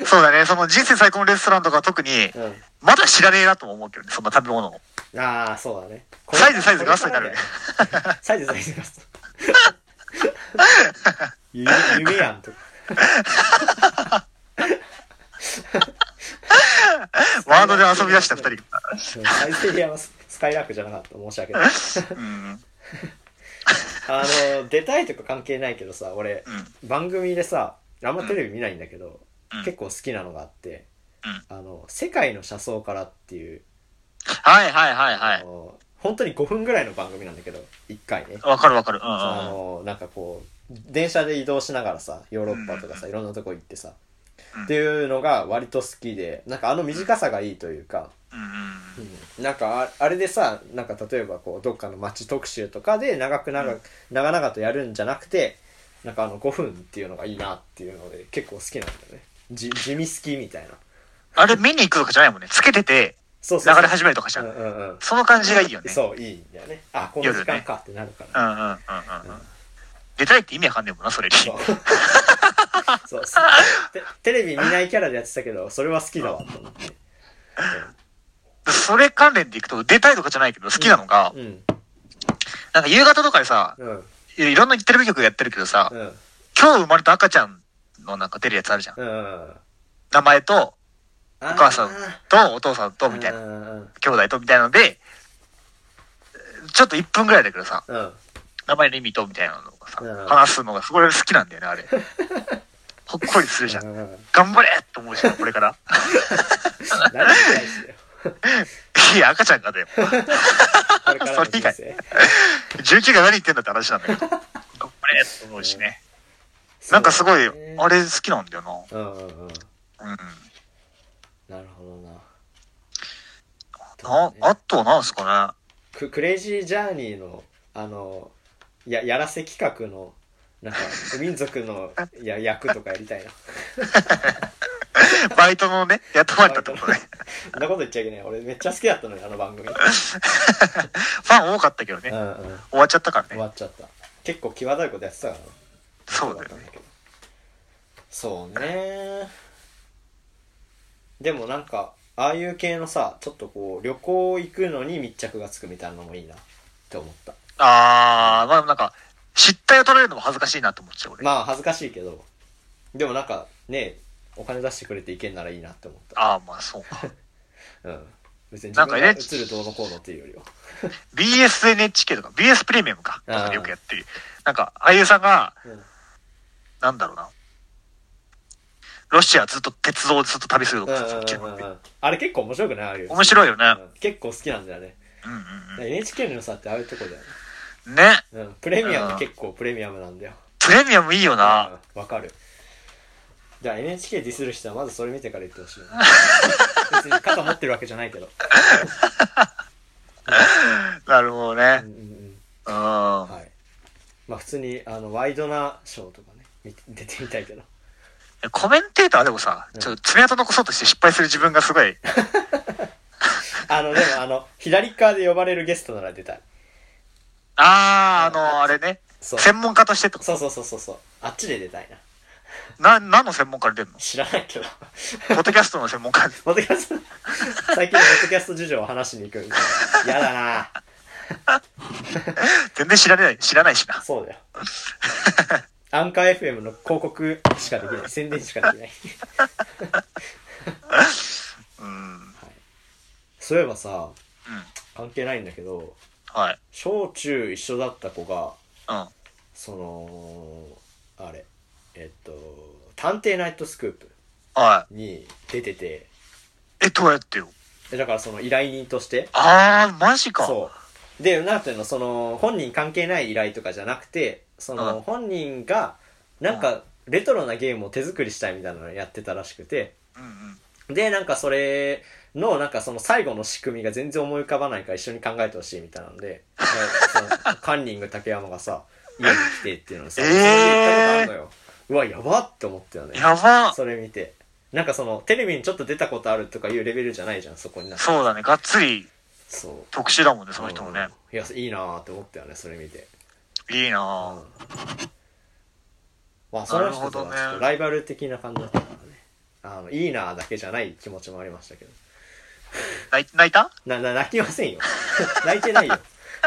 Speaker 4: そうだね、その人生最高のレストランとかは特に、
Speaker 3: う
Speaker 4: まだ知らねえなとも思うけどね、そんな食べ物を。
Speaker 3: ん、ああそうだねこれ
Speaker 4: サイズサイズガストになるね。
Speaker 3: サイズサイズガス
Speaker 4: *laughs*
Speaker 3: ト夢夢やんとか
Speaker 4: *laughs* ワードで遊び出した二人。
Speaker 3: うんサイゼリアはススカイラークじゃなかった申し訳ない
Speaker 4: うん。
Speaker 3: あの出たいとか関係ないけどさ俺、番組でさあんまテレビ見ないんだけど、
Speaker 4: うん
Speaker 3: 結構好きなのがあって「あの世界の車窓から」っていう、
Speaker 4: はいはいはいは
Speaker 3: あ
Speaker 4: い。
Speaker 3: の本当に5分ぐらいの番組なんだけど1回ね、
Speaker 4: わかるわかる。うんうん
Speaker 3: あのなんかこう電車で移動しながらさヨーロッパとかさ、いろんなとこ行ってさ、
Speaker 4: うん
Speaker 3: っていうのが割と好きでなんかあの短さがいいというか、
Speaker 4: うんうん。
Speaker 3: なんかああれでさなんか例えばこうどっかの街特集とかで長く長く、長々とやるんじゃなくてなんかあの5分っていうのがいいなっていうので結構好きなんだよねじ地味好きみたいな
Speaker 4: あれ見に行くとかじゃないもんね。つけてて、
Speaker 3: そう
Speaker 4: 流
Speaker 3: そうそう
Speaker 4: れ始めるとかじゃ。
Speaker 3: うんんうんうん
Speaker 4: その感じがいいよね。
Speaker 3: そういいんだよねあこの時間かってなるから、
Speaker 4: うんうんうんうんうん。出たいって意味わかんねえもんな、それに。
Speaker 3: そう
Speaker 4: *laughs*
Speaker 3: そうそうテテレビ見ないキャラでやってたけどそれは好きだわと思って
Speaker 4: それ関連でいくと、出たいとかじゃないけど、好きなのが、
Speaker 3: うん
Speaker 4: なんか夕方とかでさ、
Speaker 3: うん
Speaker 4: いろんなテレビ局やってるけどさ
Speaker 3: う、ん
Speaker 4: 今日生まれた赤ちゃんのなんか出るやつあるじゃん。
Speaker 3: うんうん
Speaker 4: 名前と、
Speaker 3: お
Speaker 4: お母さんと、お父さんと、みたいな。
Speaker 3: な
Speaker 4: 兄弟と、みたいなので、ちょっと1分ぐらいだけどさ、
Speaker 3: うん
Speaker 4: 名前の意味と、みたいなのがさ
Speaker 3: うん、
Speaker 4: 話すのがすごい好きなんだよね、
Speaker 3: *laughs*
Speaker 4: あれ。ほっこりするじゃん。
Speaker 3: うん
Speaker 4: 頑張れって思うじゃん、これから。
Speaker 3: 何もないですよ
Speaker 4: いや、赤ちゃんがだよ。
Speaker 3: これからの人
Speaker 4: そ
Speaker 3: 生
Speaker 4: 19が何言ってんだって話なんだけど。頑張れって思うしね。なんかすごい、
Speaker 3: そうだね
Speaker 4: あれ好きなんだよな。
Speaker 3: うんうんうん
Speaker 4: うん。
Speaker 3: なるほどな
Speaker 4: な、あとはなんすか
Speaker 3: ククレイジージャーニーのあのややらせ企画のなんか民族
Speaker 4: *laughs*
Speaker 3: のや役とかやりたいな
Speaker 4: ね。バイトのね、雇われたってことね。
Speaker 3: そんなこと言っちゃいけない俺めっちゃ好きだったのよあの番組
Speaker 4: ファン多かったけどね
Speaker 3: う。んうん
Speaker 4: 終わっちゃったから
Speaker 3: 終
Speaker 4: ね。
Speaker 3: わっちゃった結構際どいことやってたからな
Speaker 4: そうだよね。
Speaker 3: そうねでもなんかああいう系のさちょっとこう旅行行くのに密着がつくみたいなのもいいなって思った
Speaker 4: あー、まあでもなんか、失態を取られるのも恥ずかしいなと思っちゃう、俺。
Speaker 3: まあ恥ずかしいけどでもなんかねお金出してくれて行けんならいいなって思った
Speaker 4: あー、まあそうか。
Speaker 3: うん別に
Speaker 4: な
Speaker 3: 自
Speaker 4: んか
Speaker 3: 分
Speaker 4: ね
Speaker 3: が映るどうのこうのっていうよりは
Speaker 4: BSNHK とか、BS プレミアムか。
Speaker 3: あー
Speaker 4: よくやってる。なんか、俳優さんが、
Speaker 3: うん
Speaker 4: なんだろうな。ロシアずっと鉄道をずっと旅すると
Speaker 3: うん
Speaker 4: か
Speaker 3: う
Speaker 4: さ、
Speaker 3: んうんうんあれ結構面白くないああいう
Speaker 4: 面白いよね。
Speaker 3: うん結構好きなんだよね
Speaker 4: うんうん
Speaker 3: だから NHK の良さってああいうとこだよね
Speaker 4: うん。ね。
Speaker 3: うんプレミアム結構プレミアムなんだよ
Speaker 4: プレミアムいいよな。
Speaker 3: うんわかるじゃあ NHK ディスる人はまずそれ見てから言ってほしいな別に肩持ってるわけじゃないけど
Speaker 4: なるほど
Speaker 3: う
Speaker 4: ね
Speaker 3: ん。うん
Speaker 4: うん。
Speaker 3: うん
Speaker 4: い
Speaker 3: はいまあ普通にあのワイドなショーとかね見て出てみたいけど
Speaker 4: やコメンテーターでもさ、ちょっと爪痕残そうとして失敗する自分がすごい。
Speaker 3: あのでもあの左側で呼ばれるゲストなら出たい
Speaker 4: あー、あの、あれね。
Speaker 3: そう
Speaker 4: 専門家としてってこ
Speaker 3: そうそうそうそうそうあっちで出たいな
Speaker 4: とな、何の専門家で出るの
Speaker 3: 知らないけど *laughs*
Speaker 4: ポッドキャストの専門家で。
Speaker 3: ポッドキャスト最近ポッドキャスト事情を話しに行くみたいな嫌だな
Speaker 4: 全然知らない、知らないしな。
Speaker 3: そうだよ。アンカー FM の広告しかできない。宣伝しかできない。
Speaker 4: うん。
Speaker 3: そういえばさ、関係ないんだけど、
Speaker 4: はい。
Speaker 3: 小中一緒だった子が、
Speaker 4: うん。
Speaker 3: その、あれ、えっと、探偵ナイトスクープ
Speaker 4: は
Speaker 3: に出てて、
Speaker 4: い。え、どうやってよ。
Speaker 3: でだからその依頼人として、
Speaker 4: あー、マジか。
Speaker 3: そう。で、なんていうの、その、本人関係ない依頼とかじゃなくて、その、
Speaker 4: うん
Speaker 3: 本人が、なんか、レトロなゲームを手作りしたいみたいなのをやってたらしくて、
Speaker 4: うんうん。
Speaker 3: で、なんかそれの、なんかその最後の仕組みが全然思い浮かばないから一緒に考えてほしいみたいなんで、そのカンニング竹山が
Speaker 4: *laughs*
Speaker 3: さ、家に来てっていうのをさ、
Speaker 4: えー
Speaker 3: それで言ったことあるのよ。うわ、やばって思ったよね。
Speaker 4: やば。
Speaker 3: それ見て。なんかその、テレビにちょっと出たことあるとかいうレベルじゃないじゃん、そこにな。
Speaker 4: そうだね。がっつり
Speaker 3: そう。
Speaker 4: 特殊だもんね、その人もね。
Speaker 3: うん。いや、いいなーって思ったよね、それ見て。
Speaker 4: いいなぁ。
Speaker 3: まあ、その人とは
Speaker 4: なるほどね
Speaker 3: ちょっとライバル的な感じだったからね。あの、いいなーだけじゃない気持ちもありましたけど。
Speaker 4: 泣い泣いた
Speaker 3: な、な、泣きませんよ。 *laughs* 泣いてないよ。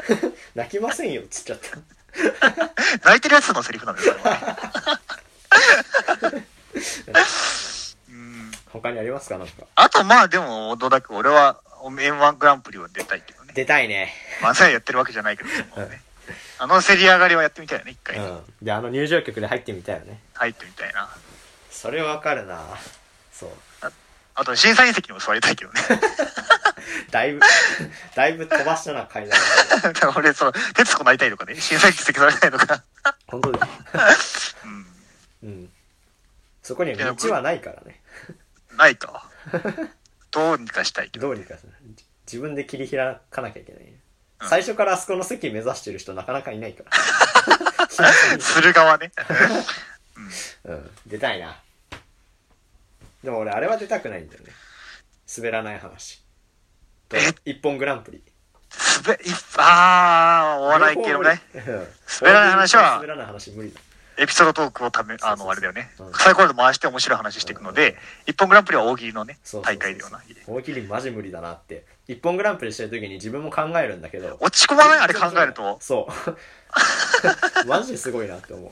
Speaker 3: *laughs* 泣きませんよ、つっちゃった。
Speaker 4: 泣いてるやつのセリフな
Speaker 3: *laughs*
Speaker 4: んですよ。これうん
Speaker 3: 他にありますかなんか。
Speaker 4: あとまあでも、どうだく俺は M1 グランプリは出たいけどね。
Speaker 3: 出たいね。
Speaker 4: 漫才やってるわけじゃないけど、そのね。あのせり上がりはやってみたいよね、一回
Speaker 3: う
Speaker 4: ね、
Speaker 3: ん。で、あの入場曲で入ってみたいよね。
Speaker 4: 入ってみたいな。
Speaker 3: それわかるなそう。
Speaker 4: あと審査員席にも座りたいけど
Speaker 3: *laughs*
Speaker 4: ね。
Speaker 3: だいぶ、 *laughs* だいぶ飛ばしたな、階段。
Speaker 4: だから俺、その、徹子なりたいとかね、審査員席座れない
Speaker 3: *laughs*
Speaker 4: とか。
Speaker 3: 本当だ。
Speaker 4: うん。
Speaker 3: うん。そこには道はないからね。
Speaker 4: ないと。どうにかしたいけど。
Speaker 3: どうにかする自分で切り開かなきゃいけないね。最初からあそこの席目指してる人なかなかいない *laughs* から。
Speaker 4: する側ね。
Speaker 3: うん、出たいなでも俺あれは出たくないんだよね滑らない話と一本グランプリ
Speaker 4: すべ、いあー、お笑い系のね、
Speaker 3: うん
Speaker 4: 滑らない話は
Speaker 3: 滑らない話無理だ
Speaker 4: エピソードトークをため、
Speaker 3: そ
Speaker 4: あ
Speaker 3: うそうそう
Speaker 4: の、あれだよね
Speaker 3: うん。
Speaker 4: 最高で回して面白い話していくので、一本グランプリは大喜利のね
Speaker 3: そうそうそう、
Speaker 4: 大会だよな。
Speaker 3: 大喜利マジ無理だなって一本グランプリしてる時に自分も考えるんだけど
Speaker 4: 落ち込まないあれ考えると。
Speaker 3: そう
Speaker 4: *laughs*
Speaker 3: マジですごいなって思う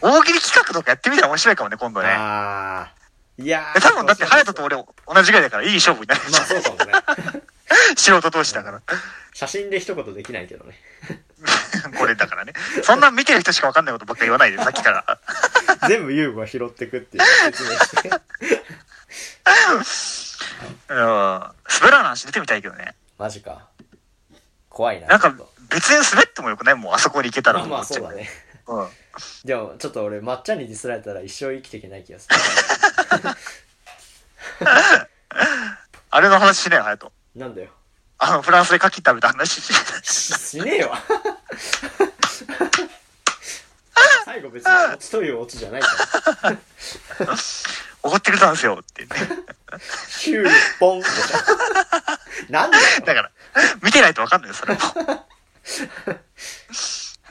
Speaker 4: 大喜利企画とかやってみたら面白いかもね、今度ね。
Speaker 3: ああいや
Speaker 4: え
Speaker 3: ー
Speaker 4: 多分だって、隼人と俺同じぐらいだから、いい勝負になる。 *laughs*
Speaker 3: まあそうかもね
Speaker 4: 素人同士だから。 *laughs*
Speaker 3: 写真で一言できないけどね
Speaker 4: これだからね。そんな見てる人しかわかんないことばっかり言わないで、さっきから。
Speaker 3: 全部優吾が拾ってくっていう説明して
Speaker 4: うん。滑らない話出てみたいけどね。
Speaker 3: マジか怖いな
Speaker 4: なんか
Speaker 3: ちょっと、
Speaker 4: 別に滑ってもよくないもう、あそこに行けたら。
Speaker 3: まあまあそうだね
Speaker 4: うん。
Speaker 3: でもちょっと俺抹茶にディスられたら一生生きていけない気がする
Speaker 4: あれの話しないよ、隼人。
Speaker 3: なんだよ
Speaker 4: あの、フランスで牡蠣食べた話 *laughs* し
Speaker 3: ししねえわ最後別にオチというオチじゃないから
Speaker 4: 怒ってくれたんですよ、
Speaker 3: *laughs*
Speaker 4: って、ね。
Speaker 3: ヒューポンってなんだよ
Speaker 4: だから、見てないとわかんないよ、それも。
Speaker 3: は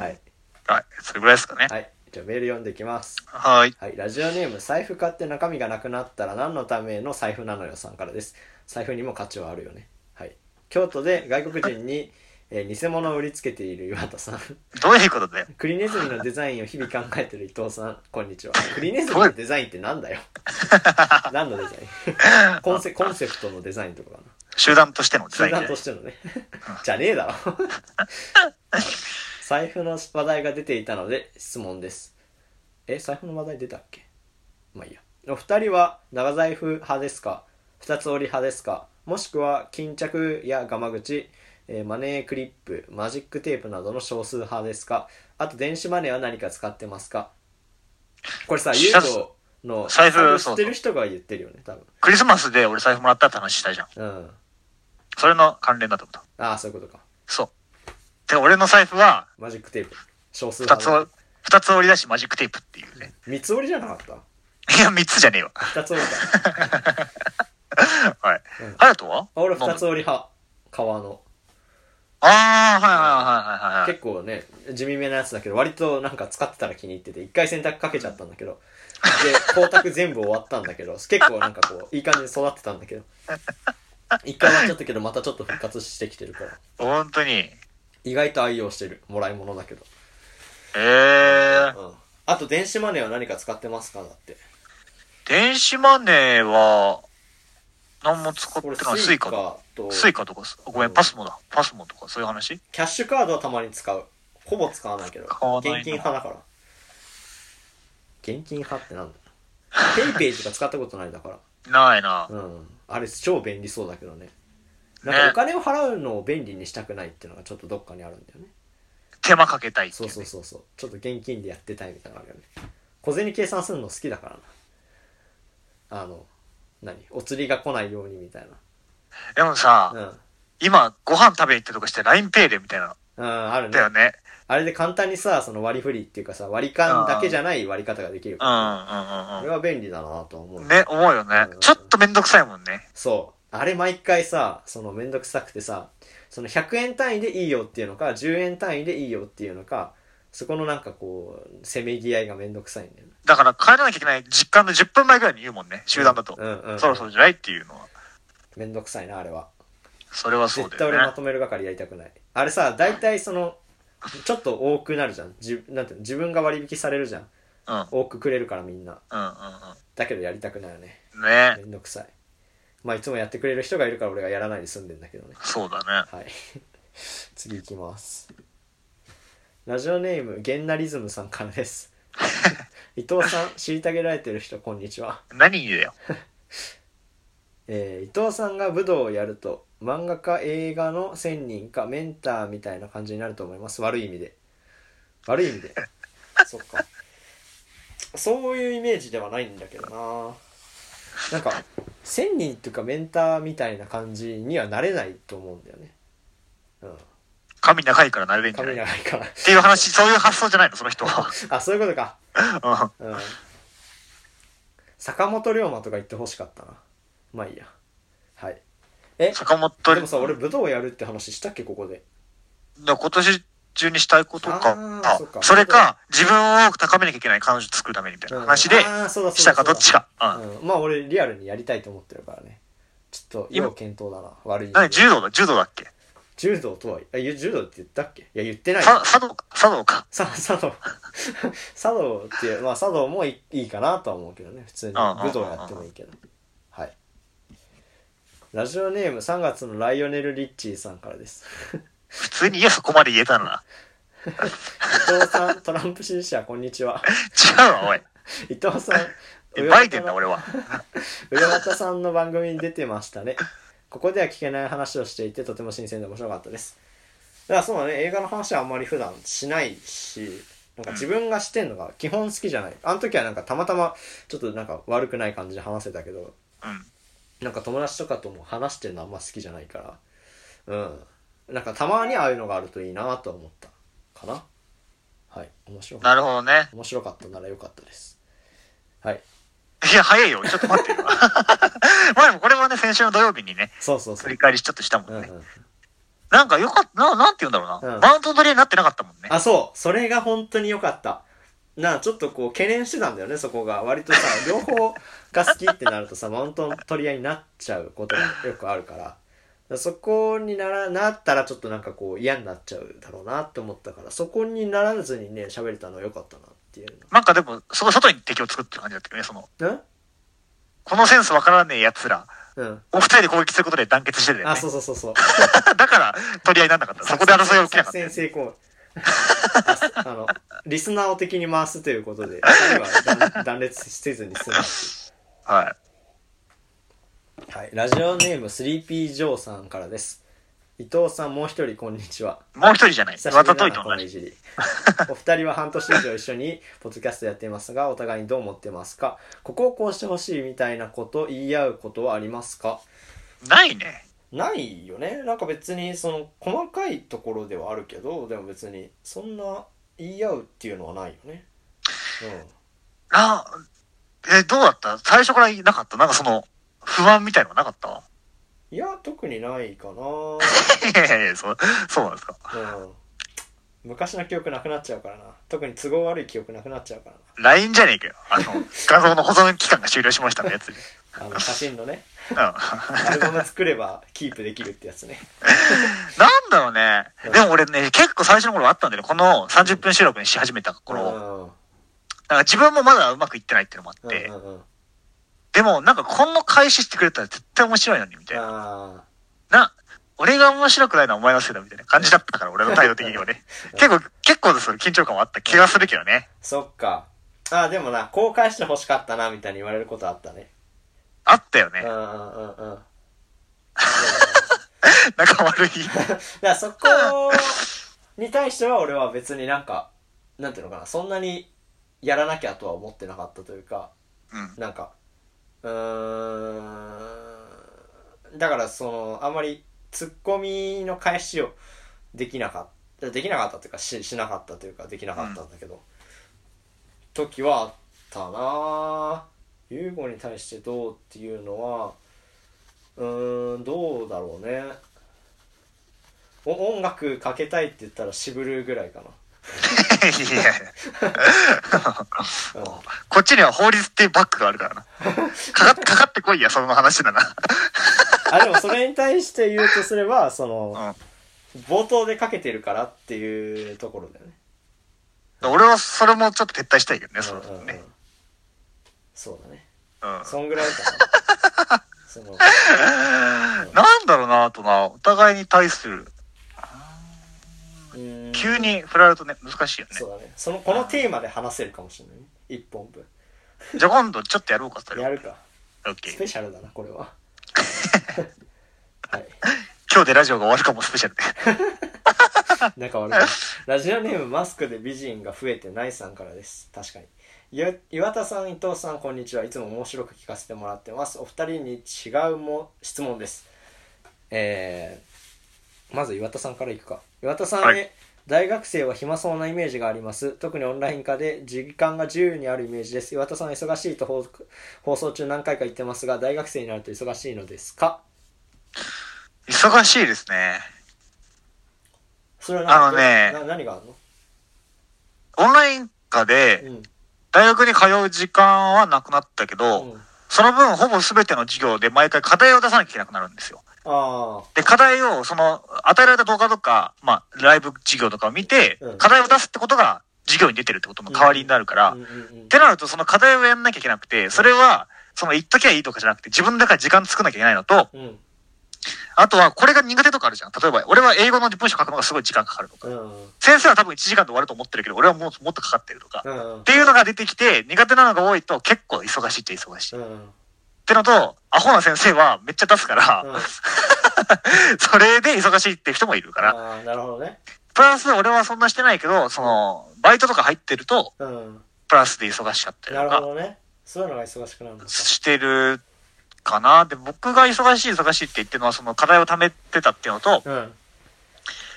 Speaker 3: い
Speaker 4: はい、それぐらいですかね。
Speaker 3: はいじゃあメール読んでいきます
Speaker 4: ははい。
Speaker 3: はい、ラジオネーム、財布買って中身がなくなったら何のための財布なのよさんからです。財布にも価値はあるよね。はい。京都で外国人に、 *laughs* えー偽物を売りつけている岩田さん。 *laughs*
Speaker 4: どういうことだよ。
Speaker 3: クリネズミのデザインを日々考えてる伊藤さん、こんにちは。クリネズミのデザインってなんだよ。何のデザインコンセコンセプトのデザインとかかな。
Speaker 4: 集団としてのデザイ
Speaker 3: 集
Speaker 4: ンで
Speaker 3: 団としてのね。じゃねえだろ。財布の話題が出ていたので質問です。え、財布の話題出たっけまあいいや。お二人は長財布派ですか二つ折り派ですかもしくは巾着やガマ口、えーマネークリップ、マジックテープなどの少数派ですかあと電子マネーは何か使ってますかこれさ、ユ
Speaker 4: 知ら
Speaker 3: ー
Speaker 4: ず
Speaker 3: ゴの
Speaker 4: 財布
Speaker 3: 知ってる人が言ってるよね、多分。
Speaker 4: クリスマスで俺財布もらったって話したじゃん。
Speaker 3: うん。
Speaker 4: それの関連だってこと。
Speaker 3: ああ、そういうことか。
Speaker 4: そう。で、俺の財布は、
Speaker 3: マジックテープ。少数
Speaker 4: 二
Speaker 3: 派
Speaker 4: つ
Speaker 3: だ
Speaker 4: を、二つ折りだしマジックテープっていうね。
Speaker 3: 三つ折りじゃなかった
Speaker 4: いや、三つじゃね
Speaker 3: *laughs*
Speaker 4: えわ。
Speaker 3: 二つ折
Speaker 4: *laughs*
Speaker 3: りか。
Speaker 4: はい
Speaker 3: うん。
Speaker 4: ハヤトは
Speaker 3: 俺
Speaker 4: な
Speaker 3: 二
Speaker 4: んだ
Speaker 3: つ折り派。革の。
Speaker 4: ああ、はいはいはいはいはい。
Speaker 3: 結構ね、地味めなやつだけど、割となんか使ってたら気に入ってて、一回洗濯かけちゃったんだけ
Speaker 4: *laughs*
Speaker 3: ど、で、光沢全部終わったんだけど、結構なんかこう、いい感じに育ってたんだけど、一回終わっちゃったけど、またちょっと復活してきてるから、
Speaker 4: 本当に。え
Speaker 3: 意外と愛用してる。もらい物だけど。
Speaker 4: えー。
Speaker 3: うん。あと、電子マネーは何か使ってますかだって。
Speaker 4: 電子マネーは、何も使って
Speaker 3: これ、
Speaker 4: ない。ス
Speaker 3: ス
Speaker 4: イ
Speaker 3: イ
Speaker 4: カと
Speaker 3: カと
Speaker 4: か。、スイカとかす、ごめ
Speaker 3: うん
Speaker 4: ん、パスモだ。パスモとか、そういう話
Speaker 3: キャッシュカードはたまに使う。ほぼ使わないけど。
Speaker 4: 使わないな
Speaker 3: 現金派だから。現金派ってなんだペイペイとか使ったことないだから。
Speaker 4: ないな。
Speaker 3: うん。あれ超便利そうだけどね。なんかお金を払うのを便利にしたくないっていうのがちょっとどっかにあるんだよね。
Speaker 4: 手間かけたいって
Speaker 3: そ
Speaker 4: いうう
Speaker 3: そう
Speaker 4: ね。
Speaker 3: そうそう。ちょっと現金でやってたいみたいなのがあるよね。小銭計算するの好きだからな。あの、何お釣りが来ないようにみたい
Speaker 4: でもさ、
Speaker 3: な。うん。
Speaker 4: 今、ご飯食べに行ったとかして LINEPay でみたいな。
Speaker 3: うん、あるね
Speaker 4: だ。よね。
Speaker 3: あれで簡単にさ、その割り振りっていうかさ、割り勘だけじゃない割り方ができる
Speaker 4: う
Speaker 3: か
Speaker 4: ん、う
Speaker 3: ら。
Speaker 4: ん、
Speaker 3: あ
Speaker 4: うん
Speaker 3: れは便利だなとは思う、
Speaker 4: うん。ね、思うよね
Speaker 3: うん。
Speaker 4: ちょっとめんどくさいもんね。
Speaker 3: そうあれ毎回さそのめんどくさくてさその100円単位でいいよっていうのか10円単位でいいよっていうのかそこのなんかこうせめぎ合いがめんどくさいんだよね
Speaker 4: だから帰らなきゃいけない実感の10分前ぐらいに言うもんね。集団だと。
Speaker 3: うんうん
Speaker 4: そろそろじゃないっていうのは。
Speaker 3: めんどくさいなあれは
Speaker 4: それはそう
Speaker 3: 絶
Speaker 4: だ
Speaker 3: 対俺
Speaker 4: よ
Speaker 3: ま
Speaker 4: ね。
Speaker 3: とめる係やりたくないあれさ大体そのちょっと多くなるじゃんじなんていうの自分が割引されるじゃん
Speaker 4: うん、うん、
Speaker 3: 多くくれるからみんな
Speaker 4: う
Speaker 3: だけどやりたくないよね
Speaker 4: ん、うん。ね
Speaker 3: めんどくさいまあいつもやってくれる人がいるから俺がやらないで済んでんだけどね
Speaker 4: そうだね。
Speaker 3: はい *laughs* 次いきますラジオネームゲンナリズムさんからです伊藤さん虐げられてる人こんにちは、
Speaker 4: 何にだよ。
Speaker 3: えー伊藤さんが武道をやると漫画か映画の仙人かメンターみたいな感じになると思います悪い意味で悪い意味でそっかそういうイメージではないんだけどななんか仙人とかメンターみたいな感じにはなれないと思うんだよねうん
Speaker 4: 髪長いからなれるんじゃな
Speaker 3: 髪
Speaker 4: いっ
Speaker 3: 長いから
Speaker 4: ていう話、そういう発想じゃないの、その
Speaker 3: *laughs*
Speaker 4: 人は。
Speaker 3: あそういうことか
Speaker 4: うん
Speaker 3: うん坂本龍馬とか言ってほしかったなまあいいやはいえ
Speaker 4: 坂本
Speaker 3: でもさ俺武道やるって話したっけここで
Speaker 4: だから今年中にしたいこと
Speaker 3: あ
Speaker 4: か
Speaker 3: ー
Speaker 4: あ
Speaker 3: そっか
Speaker 4: それか、自分を高めなきゃいけない彼女作るためにみたいな話で、し
Speaker 3: した
Speaker 4: かどっちか。うん。
Speaker 3: うん、まあ俺リアルにやりたいと思ってるからねちょっと要検討だな悪い意味で
Speaker 4: 何柔道だ柔道だっけ
Speaker 3: 柔道とはあゆ柔道って言ったっけいや言ってない
Speaker 4: さ茶道か茶道か。
Speaker 3: さ佐藤 *laughs* 佐藤ってまあ佐藤もいいいかなとは思うけどね普通に
Speaker 4: うんうんうんうん
Speaker 3: 武道やってもいいけどはいラジオネーム3月のライオネル・リッチーさんからです
Speaker 4: 普通にいや、そこまで言えたのな。
Speaker 3: 伊藤さんトランプ支持者こんにちは
Speaker 4: 違うわ、おい。
Speaker 3: 伊藤さん
Speaker 4: *laughs* えバイデンだ、俺は。
Speaker 3: 上俣さんの番組に出てましたねここでは聞けない話をしていてとても新鮮で面白かったですだからそうだね映画の話はあんまり普段しないしなんか自分がしてんのが基本好きじゃないあの時はなんかたまたまちょっとなんか悪くない感じで話せたけど
Speaker 4: うん。
Speaker 3: なんか友達とかとも話してるのあんま好きじゃないからうんなんかたまにああいうのがあるといいなと思ったかなはい面白かっ
Speaker 4: なるほどね
Speaker 3: た。面白かったなら良かったですはい
Speaker 4: いや、早いよ。ちょっと待って
Speaker 3: *laughs*
Speaker 4: よ。まあでもこれはね、先週の土曜日にね、
Speaker 3: そうそうそ
Speaker 4: 振
Speaker 3: う
Speaker 4: り返りちょっとしたも
Speaker 3: うん
Speaker 4: ん
Speaker 3: う
Speaker 4: ね。
Speaker 3: ん
Speaker 4: なんかよかった、ななんて言うんだろう
Speaker 3: う
Speaker 4: な。
Speaker 3: ん
Speaker 4: マウント取りになってなかったもんね。
Speaker 3: あ、そう。それが本当に良かった。なちょっとこう懸念してたんだよねそこが割とさ両方が好きってなるとさマウントの取り合いになっちゃうことがよくあるからだからそこにならなったらちょっとなんかこう嫌になっちゃうだろうなって思ったからそこにならずにね喋れたのは良かったなっていう
Speaker 4: なんかでも、すごい外に敵を作ってる感じだったけどね、その、
Speaker 3: の
Speaker 4: このセンスわからねえ奴ら、
Speaker 3: うんうん
Speaker 4: お二人で攻撃することで団結してるよ
Speaker 3: あ
Speaker 4: ね
Speaker 3: そ。うそうそうそう
Speaker 4: *laughs* だから、取り合いになんなかった。そこで争いが起きなか
Speaker 3: 作
Speaker 4: った
Speaker 3: 戦
Speaker 4: よね。
Speaker 3: 成功ああのリスナーを敵に回すということで2人は断 *laughs* 断裂せずに済んだ
Speaker 4: はい。
Speaker 3: はい、ラジオネーム 3P ジョーさんからです。伊藤さん、もう一人、こんにちは。
Speaker 4: もう一人じゃない。
Speaker 3: 久し
Speaker 4: わ
Speaker 3: ぶ
Speaker 4: ざ
Speaker 3: り
Speaker 4: と
Speaker 3: だ
Speaker 4: いと
Speaker 3: な、
Speaker 4: 同
Speaker 3: この
Speaker 4: じ
Speaker 3: い。じり。お二人は半年以上一緒に、ポッドキャストやっていますが、お互いにどう思ってますかここをこうしてほしいみたいなこと、言い合うことはありますか
Speaker 4: ないね。
Speaker 3: ないよね。なんか別に、その、細かいところではあるけど、でも別に、そんな、言い合うっていうのはないよね。
Speaker 4: あ、え、どうだった最初からいなかったなんかその、不安みたいのはなかった *laughs*
Speaker 3: うん。いや、特にないかなうん。
Speaker 4: いやいやいや、そう、そうなんですか。
Speaker 3: 昔の記憶なくなっちゃうからな。特に都合悪い記憶なくなっちゃうからな。
Speaker 4: LINE じゃねえかよ。あの、
Speaker 3: *laughs*
Speaker 4: 画像の保存期間が終了しましたのやつ。うん。
Speaker 3: あの写真のねアルバム作ればキープできるってやつね
Speaker 4: なんだろうね。でも俺ね、結構最初の頃あったんだよね。この30分収録にし始めた頃。なんか自分もまだうまくいってないっていうのもあ
Speaker 3: うん
Speaker 4: っ
Speaker 3: うん
Speaker 4: て。
Speaker 3: うんうん
Speaker 4: でもなんかこの開始してくれたら絶対面白いのに、みたいな。
Speaker 3: あ
Speaker 4: な、俺が面白くないのはお前のせいだ、みたいな感じだったから、俺の態度的には *laughs* ね。結構、結構その緊張感もあった気がするけどね
Speaker 3: ー。そっかあーでもな公開してほしかったなみたいに言われることあったね
Speaker 4: あったよ
Speaker 3: うん
Speaker 4: ね
Speaker 3: う。んうんうんそうだね
Speaker 4: 仲悪い。
Speaker 3: *laughs* だからそこに対しては俺は別になんかなんていうのかなそんなにやらなきゃとは思ってなかったというか
Speaker 4: うん。
Speaker 3: なんかうーんだからそのあんまりツッコミの返しをできなかったできなかったというかししなかったというかできなかったんだけど、時はあったなあ優吾に対してどうっていうのはうーんどうだろうねお音楽かけたいって言ったら渋るぐらいか
Speaker 4: いやいや
Speaker 3: な、うん
Speaker 4: こっちには法律っていうバックがあるからな。かかかかってこいや、その話だな。
Speaker 3: *laughs* あでもそれに対して言うとすればその、冒頭でかけてるからっていうところだよね
Speaker 4: 俺はそれもちょっと撤退したいけどね、そ
Speaker 3: うんう
Speaker 4: うん
Speaker 3: うん
Speaker 4: ね。
Speaker 3: そうだね
Speaker 4: うん。
Speaker 3: そんぐらいか
Speaker 4: *laughs*
Speaker 3: なその
Speaker 4: なんだろうなとな、お互いに対する、
Speaker 3: うーん
Speaker 4: 急に振られるとね、難しいよね。
Speaker 3: そうだねそのこのテーマで話せるかもしれないね一本分
Speaker 4: じゃあ今度ちょっとやろうか、それ。
Speaker 3: やるか
Speaker 4: オッケ
Speaker 3: ス
Speaker 4: ー。
Speaker 3: ペシャルだなこれ
Speaker 4: *laughs*
Speaker 3: ははい
Speaker 4: 今日でラジオが終わるかもスペシャルで。
Speaker 3: 仲
Speaker 4: *laughs*
Speaker 3: 悪いなラジオネームマスクで美人が増えてないさんからです確かにゆ岩田さん伊藤さんこんにちはいつも面白く聞かせてもらってますお二人に違うも質問ですえーまず岩田さんからいくか岩田さんへ、
Speaker 4: はい
Speaker 3: 大学生は暇そうなイメージがあります特にオンライン化で時間が自由にあるイメージです岩田さんは忙しいと放放送中何回か言ってますが大学生になると忙しいのですか
Speaker 4: 忙しいですね。
Speaker 3: それはなんか
Speaker 4: あのね
Speaker 3: な何があるの
Speaker 4: オンライン化で、
Speaker 3: うん
Speaker 4: 大学に通う時間はなくなったけど、
Speaker 3: うん
Speaker 4: その分ほぼ全ての授業で毎回課題を出さなきゃいけなくなるんですよ。
Speaker 3: ああ
Speaker 4: で、課題を、その、与えられた動画とか、まあ、ライブ授業とかを見て、
Speaker 3: うん
Speaker 4: 課題を出すってことが授業に出てるってことの代わりになるから、
Speaker 3: うん
Speaker 4: っ
Speaker 3: うんうん
Speaker 4: てなると、その課題をやんなきゃいけなくて、それは、その、言っときゃいいとかじゃなくて、自分の中で時間作んなきゃいけないのと、
Speaker 3: うん
Speaker 4: あとは、これが苦手とかあるじゃん。例えば、俺は英語の文章書くのがすごい時間かかるとか、
Speaker 3: うん
Speaker 4: 先生は多分1時間で終わると思ってるけど、俺はもうもっとかかってるとか、
Speaker 3: う
Speaker 4: っ
Speaker 3: ん
Speaker 4: ていうのが出てきて、苦手なのが多いと結構忙しいっちゃ忙しい。
Speaker 3: う
Speaker 4: っ
Speaker 3: ん
Speaker 4: てのと、アホな先生はめっちゃ出すから、
Speaker 3: うん
Speaker 4: それで忙しいって人もいるから、
Speaker 3: ああなるほどね
Speaker 4: プラス、俺はそんなしてないけど、その、バイトとか入ってると、
Speaker 3: うん
Speaker 4: プラスで忙しかったり
Speaker 3: な
Speaker 4: と
Speaker 3: る
Speaker 4: か
Speaker 3: ほ、どねそういうのが忙しくなるんです
Speaker 4: してるかな。で、僕が忙しい忙しいって言ってるのは、その課題を溜めてたっていうの
Speaker 3: か
Speaker 4: と、
Speaker 3: うん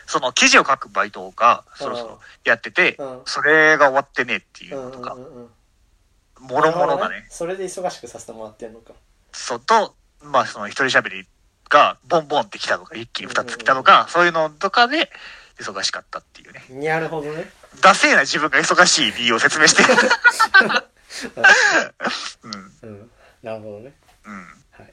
Speaker 4: その記事を書くバイトがそろそろやってて
Speaker 3: うん、
Speaker 4: それが終わってねえっていううんの
Speaker 3: う
Speaker 4: と
Speaker 3: ん
Speaker 4: か
Speaker 3: う、んうん
Speaker 4: もろもろ
Speaker 3: なるほど
Speaker 4: が
Speaker 3: ね
Speaker 4: ね、
Speaker 3: それで忙しくさせてもらってんのか
Speaker 4: そうと、まあその一人喋りがボンボンってきたとか、一気に二つ来たとか、そういうのとかで忙しかったっていうね。
Speaker 3: なるほどね
Speaker 4: ダセーな自分が忙しい理由を説明して。
Speaker 3: うん、なるほどね
Speaker 4: うん。
Speaker 3: はい、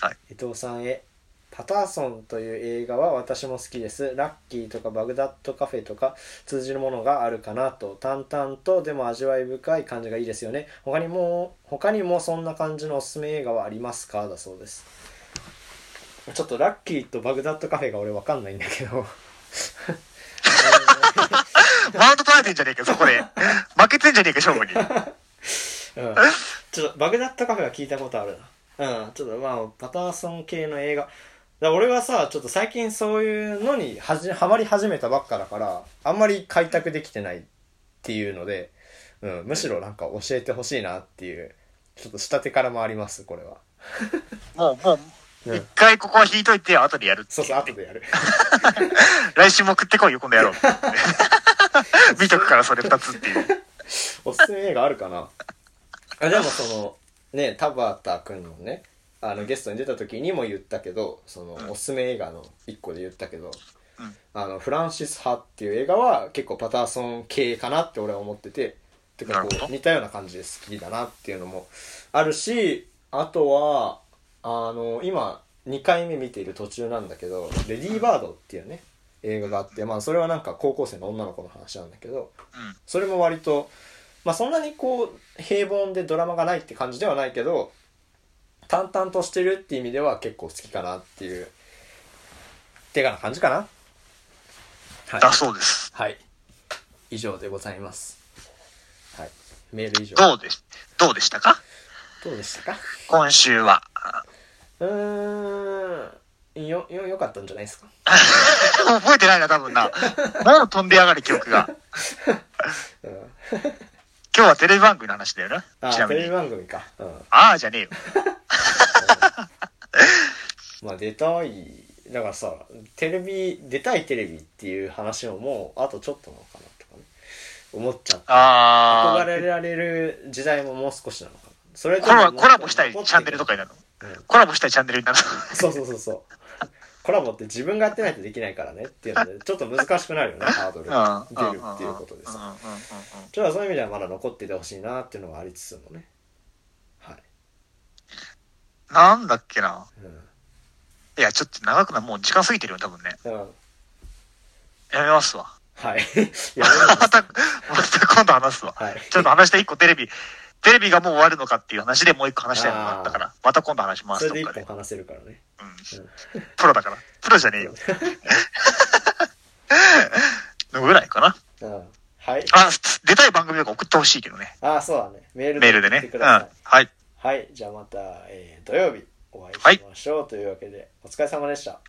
Speaker 4: はい、
Speaker 3: 伊藤さんへ「パターソン」という映画は私も好きですラッキーとかバグダッドカフェとか通じるものがあるかなと淡々とでも味わい深い感じがいいですよね他にも他にもそんな感じのおすすめ映画はありますかだそうですちょっとラッキーとバグダッドカフェが俺わかんないんだけど
Speaker 4: マウント取られてんじゃねえか、そこで。負けてんじゃねえか、勝負に。う
Speaker 3: うんちょっとバグダッドカフェは聞いたことあるな。うん、ちょっとまあ、パターソン系の映画。だから俺はさ、ちょっと最近そういうのにはじはまり始めたばっかだから、あんまり開拓できてないっていうので、うん、むしろなんか教えてほしいなっていう、ちょっと下手からもあります、これは。
Speaker 4: もう、も
Speaker 3: う
Speaker 4: う、
Speaker 3: ん
Speaker 4: 一回ここは引いといて、後でやるって
Speaker 3: そう
Speaker 4: い
Speaker 3: そう、
Speaker 4: う
Speaker 3: 後でやる。
Speaker 4: 来週も食ってこいよ、今度やろう。 *laughs* 見とくから、それ二つっていう。
Speaker 3: おすすめ映画あるかなあでもそのね田畑君のねあのゲストに出た時にも言ったけどそのおすすめ映画の一個で言ったけど、
Speaker 4: うん
Speaker 3: あのフランシス・ハっていう映画は結構パターソン系かなって俺は思ってててかこ
Speaker 4: なるほ
Speaker 3: う
Speaker 4: ど
Speaker 3: 似たような感じで好きだなっていうのもあるしあとはあの今2回目見ている途中なんだけど「レディー・バード」っていうね映画があってまあそれはなんか高校生の女の子の話なんだけど
Speaker 4: うん
Speaker 3: それも割と、まあ、そんなにこう平凡でドラマがないって感じではないけど淡々としてるっていう意味では結構好きかなっていうてかな感じかなはい
Speaker 4: だそうです。
Speaker 3: はい以上でございますはいメール以上
Speaker 4: どうでし、どうでしたか
Speaker 3: どうでしたか
Speaker 4: 今週は。 *laughs*
Speaker 3: うーんよよよかったんじゃないですか
Speaker 4: 覚えてないな、多分な。もう飛んでやがる記憶が。
Speaker 3: *laughs* うん
Speaker 4: 今日はテレビ番組の話だよな。ちな
Speaker 3: あテ
Speaker 4: み
Speaker 3: レビ
Speaker 4: に。
Speaker 3: 番組かうん
Speaker 4: ああじゃねえよ。
Speaker 3: まあ出たいだからさテレビ出たいテレビっていう話をもうあとちょっとなのかなとかね思っちゃった
Speaker 4: あ
Speaker 3: 憧
Speaker 4: あ。
Speaker 3: れられる時代ももう少しなのかなそれ
Speaker 4: コラ
Speaker 3: も
Speaker 4: ボコラボしたいチャンネルとかになるの
Speaker 3: うん
Speaker 4: コラボしたいチャンネルになる
Speaker 3: そうそうそうそうコラボって自分がやってないとできないからねっていうのでちょっと難しくなるよねハードル
Speaker 4: の
Speaker 3: が。出るっていうことです
Speaker 4: んんうんうん
Speaker 3: ちょっとそういう意味ではまだ残っててほしいなっていうのはありつつもねはい、
Speaker 4: なんだっけな。
Speaker 3: うん
Speaker 4: いや、ちょっと長くな、もう時間過ぎてるよ、多分ね。
Speaker 3: うん、
Speaker 4: やめますわ。 *laughs*
Speaker 3: はいやめま
Speaker 4: ますた、また今度話すわ。
Speaker 3: はい
Speaker 4: ちょっと話したい一個テレビ、テレビがもう終わるのかっていう話でもう一個話したいのがあったから、また今度話しま
Speaker 3: そ
Speaker 4: す
Speaker 3: れ
Speaker 4: と
Speaker 3: で一本
Speaker 4: かで。
Speaker 3: 話せるからね
Speaker 4: プロだから。プロじゃねえよ。のぐらいかな。
Speaker 3: うんはい
Speaker 4: あ、出たい番組とか送ってほしいけどね。
Speaker 3: ああ、そうだね。メール
Speaker 4: メールで
Speaker 3: 送って
Speaker 4: ね。う
Speaker 3: く
Speaker 4: ん。
Speaker 3: ださい
Speaker 4: はい。
Speaker 3: はい。じゃあまた、えー土曜日お会いしましょう、というわけで、お疲れ様でした。